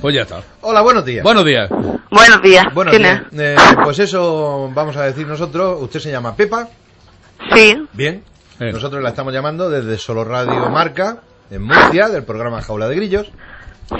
Pues ya está. Hola, buenos días. Buenos días. Buenos días. Buenos ¿Quién días. Eh, pues eso vamos a decir nosotros. Usted se llama Pepa. es? Sí. Bien. Eh. Nosotros la estamos llamando desde Solo Radio Marca, en Murcia, del programa Jaula de Grillos.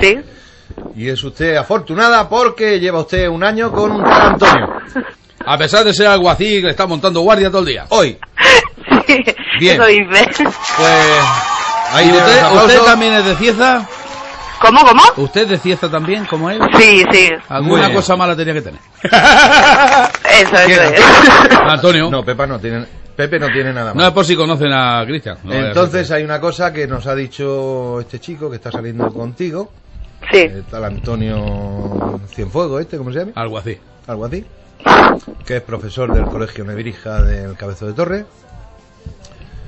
Sí. Y es usted afortunada porque lleva usted un año con un tal Antonio. A pesar de ser alguacil, le está montando guardia todo el día. Hoy, Sí. Bien. Eso dice. pues... Ahí ¿Y le damos usted, aplauso. usted también es de Cieza? ¿Cómo, cómo? ¿Usted es de Cieza también, como él? Sí, sí. Muy Alguna bien. cosa mala tenía que tener. Eso, eso ¿Quién? es. Antonio. No, Pepa no tiene... Pepe no tiene nada No más. es por si conocen a Cristian. No, Entonces hay una cosa que nos ha dicho este chico que está saliendo contigo, Sí. el tal Antonio Cienfuego, este, ¿cómo se llama? Algo así. algo así, que es profesor del Colegio Nebrija del Cabezo de Torre,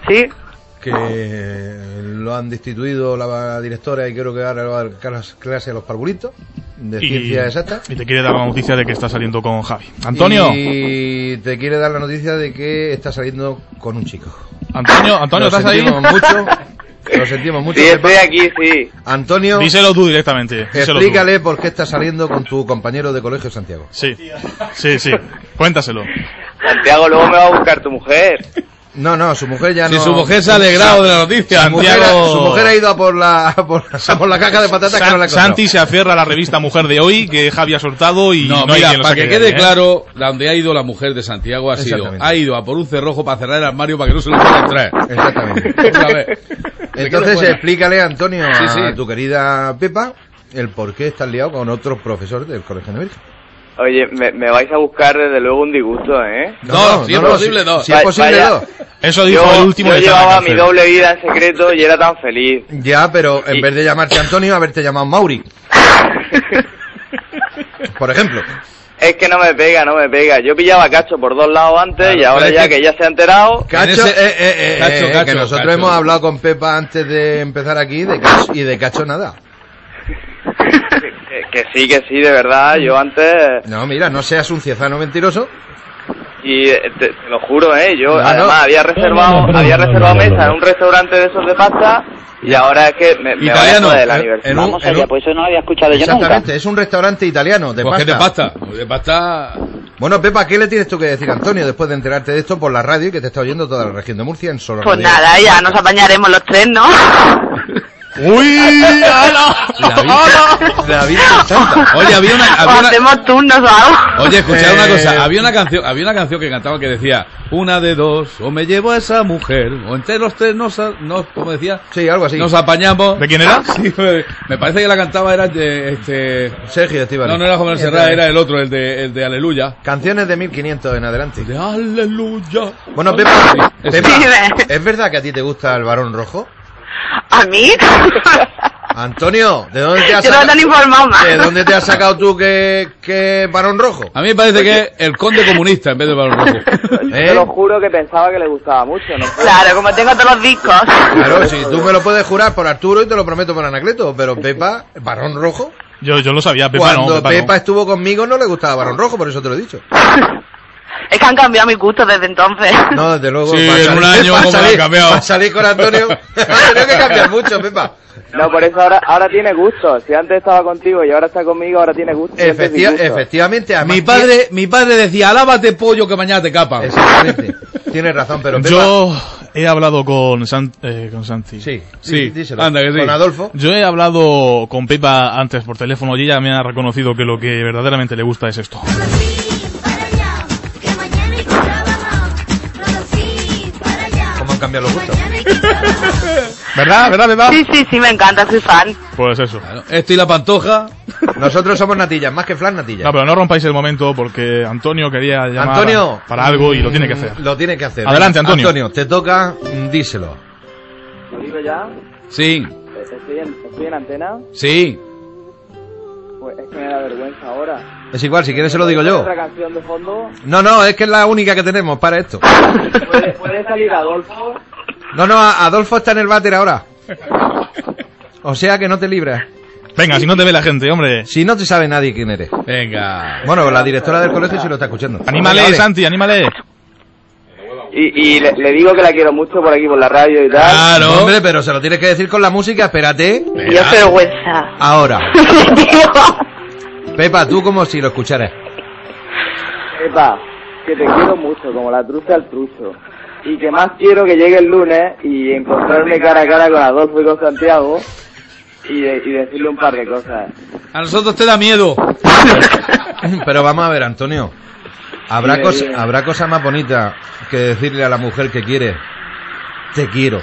Sí. que lo han destituido la directora y creo que ahora va a dar clas- clase a los parvulitos de ciencia exacta. y te quiere dar la noticia de que está saliendo con Javi. Antonio, Y te quiere dar la noticia de que está saliendo con un chico. Antonio, Antonio, lo ¿estás ahí? sentimos mucho, lo sentimos mucho. Sí, Pepa. estoy aquí, sí. Antonio, Díselo tú directamente. díselo tú. explícale por qué está saliendo con tu compañero de Colegio Santiago. Sí, sí, sí. Cuéntaselo. Santiago, luego me va a buscar tu mujer. No, no, su mujer ya Si no... su mujer se ha alegrado de la noticia, Su mujer, Santiago. su mujer ha ido a por la, a por, a por la caja de patatas que no la ha San- encontrado. Santi se afierra a la revista Mujer de hoy que Javi ha soltado y No, no, hay mira, quien lo para que saque de quede ahí, ¿eh? claro, la donde ha ido la mujer de Santiago ha sido, Exactamente. ha ido a por un cerrojo para cerrar el armario para que no se lo pueda entrar. Exactamente. Otra vez. Entonces explícale, Antonio, a Sí, sí. tu querida Pepa, el por qué estás liado con otro profesor del Colegio de Virgen. Oye, me, me vais a buscar desde luego un disgusto, ¿eh? Dos, si es posible, si, dos. Si es Va- posible, vaya. dos. Eso dijo yo, el último yo que estaba en la llevaba mi cárcel. doble vida en secreto y era tan feliz. Ya, pero en Y- vez de llamarte Antonio, haberte llamado Mauri. Por ejemplo. Es que no me pega, no me pega. Yo pillaba a Cacho por dos lados antes Claro, y ahora pero es ya que- que... ya se ha enterado, Cacho, ese- eh, eh, eh, Cacho, eh, que Cacho, nosotros Cacho. hemos hablado con Pepa antes de empezar aquí de Cacho- y de Cacho nada. que, que sí, que sí, de verdad, yo antes... No, mira, no seas un ciezano mentiroso. Y eh, te, te lo juro, ¿eh? Yo No, no. además había reservado No, no, no, había no, no, reservado no, no, no. mesa en un restaurante de esos de pasta y ahora es que me, me voy a Italiano, joder el en- aniversario. en un- Vamos en allá, un- pues eso no lo había escuchado yo nunca. Exactamente, es un restaurante italiano de Pues que pasta. te pasta, de pasta. Bueno, Pepa, ¿qué le tienes tú que decir a Antonio después de enterarte de esto por la radio y que te está oyendo toda la región de Murcia en solo Pues Radio? nada, ya nos apañaremos los tres, ¿no? ¡Uy! ¡Hala! La Virgen, la Virgen Santa. Oye, había una, O había una- hacemos turnos o algo. Oye, escuchad una Eh, cosa, había una canción, había una canción que cantaba que decía, una de dos, o me llevo a esa mujer, o entre los tres nos, a- nos como decía, Sí, algo así. nos apañamos. ¿De quién era? Sí, me, me parece que la cantaba era de, este, Sergio Estíbaliz. no, no era Juan Serra, era el otro, el de, el de Aleluya. Canciones de 1500 en adelante. De Aleluya. Bueno, Pepa, Sí, ese. Pepa, Sí, ve. ¿es verdad que a ti te gusta el varón rojo? ¿A mí? Antonio, ¿de dónde te has Yo no tan sacado, informado más. ¿de dónde te has sacado tú que, que varón rojo? A mí me parece que es el conde comunista en vez de Barón Rojo. ¿Eh? Te lo juro que pensaba que le gustaba mucho, ¿no? Claro, como tengo todos los discos. Claro, si tú me lo puedes jurar por Arturo y te lo prometo por Anacleto, pero Pepa, varón rojo, Yo, yo lo sabía, Pepa cuando no, Pepa, no. Pepa estuvo conmigo no le gustaba varón rojo, por eso te lo he dicho. Es que han cambiado mis gustos desde entonces. No, desde luego. Sí, para en salir- un año para cómo lo ha salir, cambiado. para salir con Antonio, ha tenido que cambiar mucho, Pepa. No, por eso ahora, ahora tiene gusto. Si antes estaba contigo y ahora está conmigo, ahora tiene gusto. y antes Efecti- disgusto. efectivamente, además, mi padre, mi padre decía, alábate pollo que mañana te capa. tiene- Exactamente. Tienes razón, pero Pepa. Yo he hablado con, San- eh, con Santi. Sí, Sí, dí- díselo. anda que sí. Con Adolfo. Yo he hablado con Pepa antes por teléfono y ella me ha reconocido que lo que verdaderamente le gusta es esto. Todo sí, para allá, que mañana hay que trabajar. Todo sí, para allá. ¿Cómo han cambiado los que gustos? mañana hay que trabajar. ¿Verdad? ¿Verdad, Pepa? Sí, sí, sí, me encanta, soy fan. Pues eso. Claro, Esto y la pantoja. Nosotros somos natillas, más que flan natillas. No, pero no rompáis el momento porque Antonio quería llamar Antonio. a- para algo y lo tiene que hacer. Mm, Lo tiene que hacer. Adelante, Antonio. Antonio, te toca, mm, díselo. ¿Lo digo ya? Sí, ¿Estoy en, estoy en antena? sí. Pues ahora. Es igual, si quieres se lo digo yo. Otra canción de fondo. No, no, es que es la única que tenemos para esto. ¿Puede, puede salir Adolfo? No, no, a- Adolfo está en el váter ahora. O sea que no te libras. Venga, si no te ve la gente, hombre. Si no te sabe nadie quién eres. Venga. Bueno, la directora del colegio sí lo está escuchando. Anímale, Venga, vale. Santi, anímale. Y, y le, le digo que la quiero mucho por aquí, por la radio y tal. Claro. No, hombre, pero se lo tienes que decir con la música, espérate. Dios, qué vergüenza. Ahora. Pepa, tú como si lo escucharas. Epa, que te quiero mucho, como la trucha al trucho. Y que más quiero que llegue el lunes y encontrarme cara a cara con Adolfo y con Santiago y, de- y decirle un par de cosas. A nosotros te da miedo. Pero vamos a ver, Antonio. Habrá Dime, cosa, dime. habrá cosa más bonita que decirle a la mujer que quiere. Te quiero.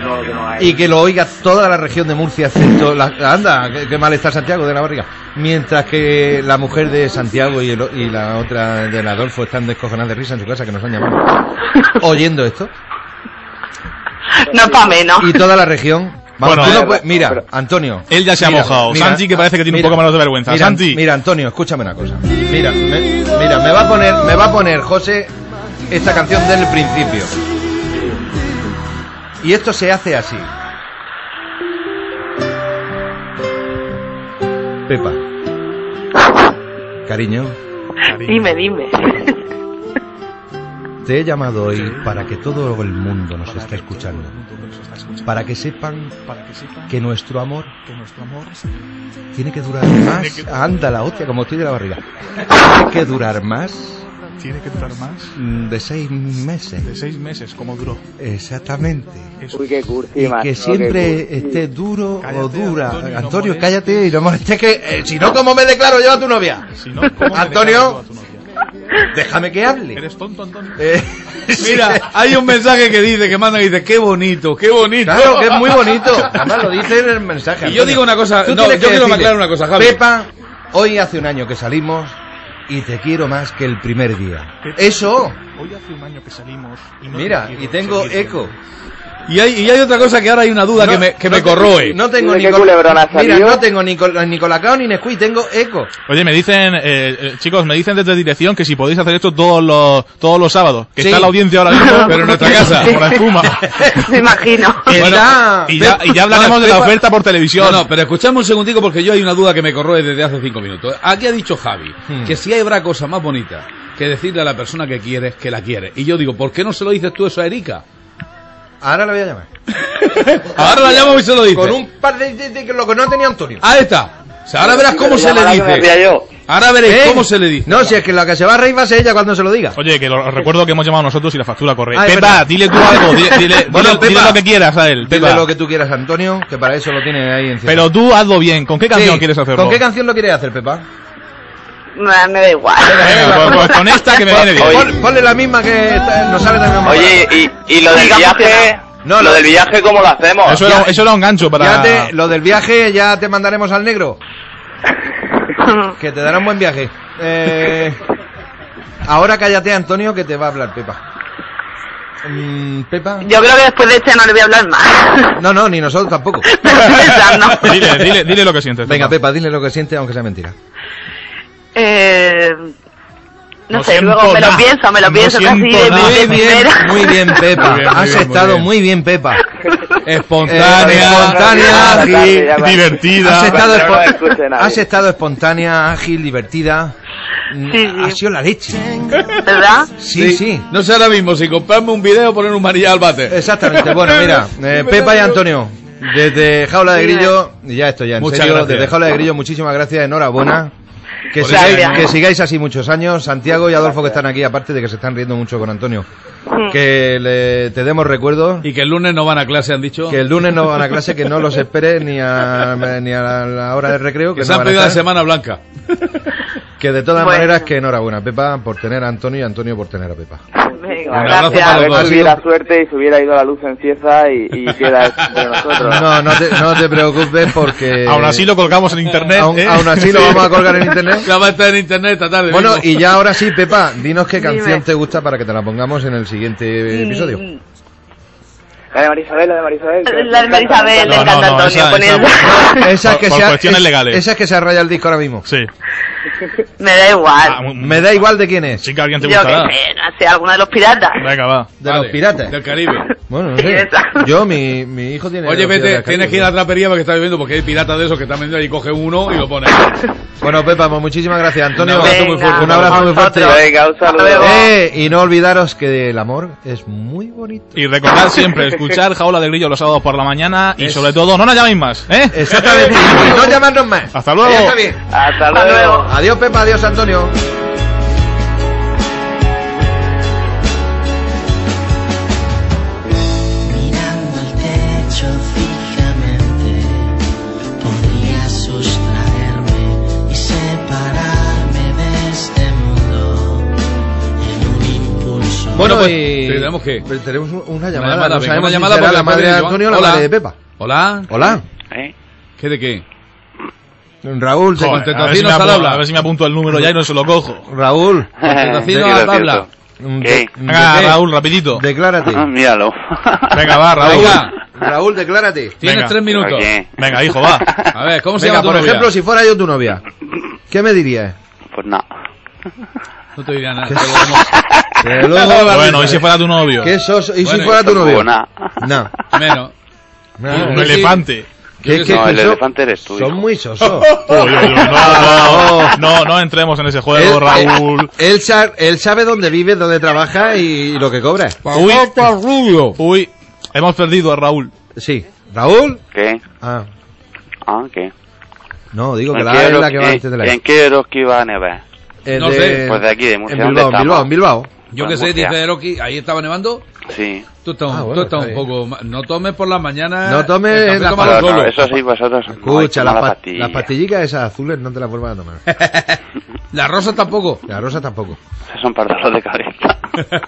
No, que no hay. Y que lo oiga toda la región de Murcia, excepto la- Anda, qué, qué mal está Santiago de la barriga. Mientras que la mujer de Santiago y, el o- y la otra del Adolfo están descojonadas de risa en su casa, que nos han llamado. Oyendo esto. No es para menos. Y toda la región... Vamos, Bueno, tú no eh, puedes- mira, Antonio. Él ya se ha mojado. Santi, que parece que tiene un poco menos de vergüenza. Mira, Santi. Mira, Antonio, escúchame una cosa. Mira, me, mira, me va a poner, me va a poner José esta canción del principio. Y esto se hace así. Pepa. Cariño, Dime, dime. te he llamado hoy para que todo el mundo nos esté escuchando. Para que sepan que nuestro amor tiene que durar más. Anda la hostia, como estoy de la barriga. Tiene que durar más Tiene que durar más mm, de seis meses. seis meses, como duró. Exactamente. Uy, qué cursi, Y macho, que qué siempre cursi. esté duro o Cállate, dura. Antonio, Antonio, no molestes. cállate y no molestes que... eh, si no, ¿cómo me declaro yo a tu novia? Antonio, déjame que hable. tonto, Antonio. Eh, Mira, hay un mensaje que dice, que manda y dice, qué bonito, qué bonito. Claro, que es muy bonito. Además lo dice en el mensaje. Y yo Antonio. digo una cosa, Tú no, tienes yo que quiero decirle, aclarar una cosa, Javi. Pepa, hoy hace un año que salimos y te quiero más que el primer día. Eso. Hoy hace un año que salimos. Mira, y tengo eco. Y hay, y hay otra cosa que ahora hay una duda No, que me, que no me te- corroe. No tengo Dime ni qué col- culebrón ha Mira, salido. no tengo ni, col- ni colacao ni Nesquí, tengo eco. Oye, me dicen, eh, eh, chicos, me dicen desde dirección que si podéis hacer esto todos los, todos los sábados. Que Sí. está la audiencia ahora mismo. Pero en nuestra casa. Con la espuma. Me imagino. Ah, Que está- Y ya, y ya No, hablaremos de la espera. oferta por televisión. No, no, pero escuchadme un segundico porque yo hay una duda que me corroe desde hace cinco minutos. Aquí ha dicho Javi Hmm. que si habrá cosa más bonita que decirle a la persona que quieres que la quiere. Y yo digo, ¿por qué no se lo dices tú eso a Erika? Ahora la voy a llamar. Ahora la llamo y se lo dices. Con un par de, de- de- que lo que no tenía Antonio. Ahí está. O sea, ahora verás cómo se le Llámala que me ría dice. yo. Ahora veréis ¿Eh? Ah, cómo se le dice. No, si es que la que se va a reír va a ser ella cuando se lo diga. Oye, que lo, os recuerdo que hemos llamado nosotros y la factura corre. Ah, es Pepa, verdad. dile tú algo. Dile, dile- Bueno, dile- dile Pepa. lo que quieras a él. Dile Pepa. lo que tú quieras, Antonio, que para eso lo tiene ahí encima. Pero tú hazlo bien. ¿Con qué canción Sí, quieres hacerlo? ¿Con qué canción lo quieres hacer, Pepa? Me me da igual. Venga, pues- pues con esta que me viene bien. Oye. Pon- ponle la misma que está- nos sale también. más Oye, barata. y, y lo del Digamos pues, que viaje, no. No, lo no. del viaje, ¿cómo lo hacemos? Eso era, eso era un gancho para... Ya te- lo del viaje ya te mandaremos al negro. Que te dará un buen viaje. Eh, ahora cállate, Antonio, que te va a hablar Pepa. Mm, Pepa. Yo creo que después de este no le voy a hablar más. No, no, ni nosotros tampoco. Me lo estoy pensando. Dile, dile, dile lo que sientes. Venga, Pepa. Pepa, dile lo que sientes, aunque sea mentira. Eh, no, No sé, siento luego me lo nada. pienso, me lo No pienso casi siento de, nada. de Muy bien, primera. muy bien, Pepa. Muy bien, muy Has bien, muy estado bien. muy bien, Pepa. Espontánea. Eh, espontánea, Tarde, ágil, ya va. Has divertida. Pero estado, no espo- la escuche nadie. has estado espontánea, ágil, divertida. Mm, Sí, sí. Ha sido la leche. ¿Verdad? Sí, sí. No sé ahora mismo si comprarme un video o poner un manillar al bate. Exactamente. Bueno, mira, eh, Pepa y Antonio, desde Jaula de Grillo, y ya estoy ya en Muchas serio, gracias. desde Jaula de Grillo, muchísimas gracias, enhorabuena. Que Por sigáis, eso. que sigáis así muchos años. Santiago y Adolfo que están aquí, aparte de que se están riendo mucho con Antonio. Que le, te demos recuerdos. Y que el lunes no van a clase, han dicho. Que Que, el lunes no van a clase, que no los esperes ni a, ni a la, la hora de recreo. Que, se no han van a pedido la estar. semana blanca. Que de todas Bueno. maneras, que enhorabuena, Pepa, por tener a Antonio y Antonio por tener a Pepa. Venga, Un abrazo A para gracias. ver los si dos. hubiera suerte y se hubiera ido la luz en Cieza y, y queda entre nosotros. No, no te, no te preocupes porque... Eh, Aún así lo colgamos en internet. aún- ¿eh? aún así lo vamos a colgar en internet. Ya va a estar en internet esta tarde. ¿Eh? Bueno, mismo. y ya ahora sí, Pepa, dinos qué canción Dime. te gusta para que te la pongamos en el siguiente episodio. Mm, La de Marisabel, la de Marisabel. que- La de me encanta, Marisabel, me le No, encanta. encanta no, no, Antonio, esa- con esa- eso. Esa que Por se ha- cuestiones es- legales. Esa que se raya el disco ahora mismo. Sí. Me da igual. Ah, mu- Me da igual de quién es. Sí que alguien te Yo gustará. que sé, no sé, alguno de los piratas. Venga, va. De Vale, los piratas. Del Caribe. Bueno, no sé. Esa. Yo, mi, mi hijo tiene. Oye, los piratas vete, del tienes Caribe. que ir a la trapería porque está viviendo, porque hay piratas de esos que están vendiendo y coge uno y lo pone. Bueno, Pepa, pues muchísimas gracias, Antonio. Un abrazo muy Venga, fuerte. Un abrazo muy fuerte. vosotros. Venga, un saludo. Hasta luego. Eh, y no olvidaros que el amor es muy bonito. Y recordad siempre escuchar Jaula de Grillo los sábados por la mañana y sobre todo no nos llaméis más, ¿eh? Exactamente. Y no llamarnos más. Hasta luego. Ya está bien. Hasta Hasta luego. luego. Adiós, Pepa. Adiós, Antonio. Mirando al techo fijamente, podría sustraerme y separarme de este mundo en un impulso. Bueno, pues, y- tenemos que- pero tenemos un- una Una llamada. no venga, sabemos una si llamada será porque la madre de después Antonio o Joan- la madre de Pepa. Hola. Hola. ¿Eh? ¿Qué de qué? Raúl, se Joder, contento, a, ver así si me no sale apu- hablar. a ver si me apunto el número ya y no se lo cojo. Raúl. Vecino Yo a quiero la decir tabla. mm, ¿Qué? de- Venga, de- Raúl, rapidito. Declárate. esto. Ah, Míralo. Venga, va, Raúl. Venga, Raúl, declárate. tienes Venga. tres minutos. Oye, Venga, hijo, va. A ver, ¿cómo se Venga, llama tu por novia? ejemplo, si fuera yo tu novia, ¿qué me dirías? Pues no. No te diría nada. te lo damos Que luego- Bueno, y si fuera tu novio. ¿Qué sos? ¿Y si Bueno, fuera tu novio? Pues nada. No. menos. No, Un no, sí. elefante. Que- No, que- No, que el son- elefante eres tú. Son hijo. muy sosos. Uy, uy, uy, no, no, no, no entremos en ese juego, Raúl. Él, sa- él sabe dónde vive, dónde trabaja y, lo que cobra. Uy, uy, hemos perdido a Raúl. Sí. ¿Raúl? ¿Qué? Ah, Ah, ¿qué? no, digo que ¿En la qué A es la Eros- que va en- antes de la ¿En qué Eroski va a nevar? E. El no sé. Pues de aquí, de Murcia, En ¿dónde Bilbao, en Bilbao, estamos? en Bilbao. Yo Pues que sé, Murcia. dice Eroki, ahí estaba nevando. Sí. Tú estás, un- Ah, bueno, tú estás un está bien. poco... ma- No tomes por la mañana... No tomes el café en la tomado Pero Vamos, no, solo. eso sí, vosotros. no, Escucha, hay las, que tomar pa- pastilla. las pastillitas esas azules no te las vuelvas a tomar. La rosa tampoco. La rosa tampoco. Esos son para dolor de cabeza.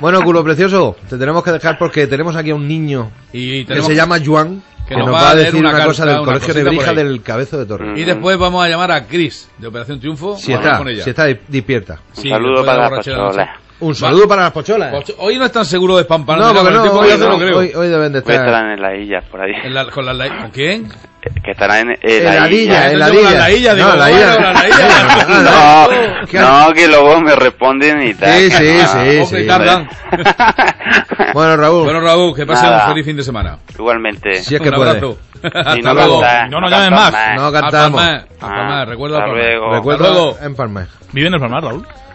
Bueno, culo precioso, te tenemos que dejar porque tenemos aquí a un niño Y que tenemos... se llama Juan, que que nos nos va va a a leer decir una una, cosa carta, del una colegio cosita de por Brija ahí. del Cabezo de Torre. Y después vamos a llamar a Chris, de Operación Triunfo. Si Vamos está, con ella. si está di- despierta. Sí, Un saludo después de para la borrachera de noche. pastola. Un saludo para las pocholas. Pues Hoy no están seguros de Spam No, porque no, hoy, hoy, no, creo. Pues hoy- hoy deben de Que estar. estarán en la isla, por ahí. En la- con, la, la- ¿Con quién? Que estarán en, En en la villa, Yo en la tengo villa. la lailla, digo, no, la bueno, villa. la lailla. Ah, No, ¿Qué? no, que luego me responden y tal. Sí, sí, Ah, sí, Hombre, sí. tardan. Bueno, Raúl, Bueno, Raúl, que pasen Nada. un feliz fin de semana. Igualmente. si es que un puede. abrazo. Hasta Y no luego. cantar, No nos llames cantar más. No A cantamos. Palma, a Palma, Ah, recuerda a hasta Palma. luego. Recuerdo luego. en Palma. ¿Vive en el palmar, Raúl?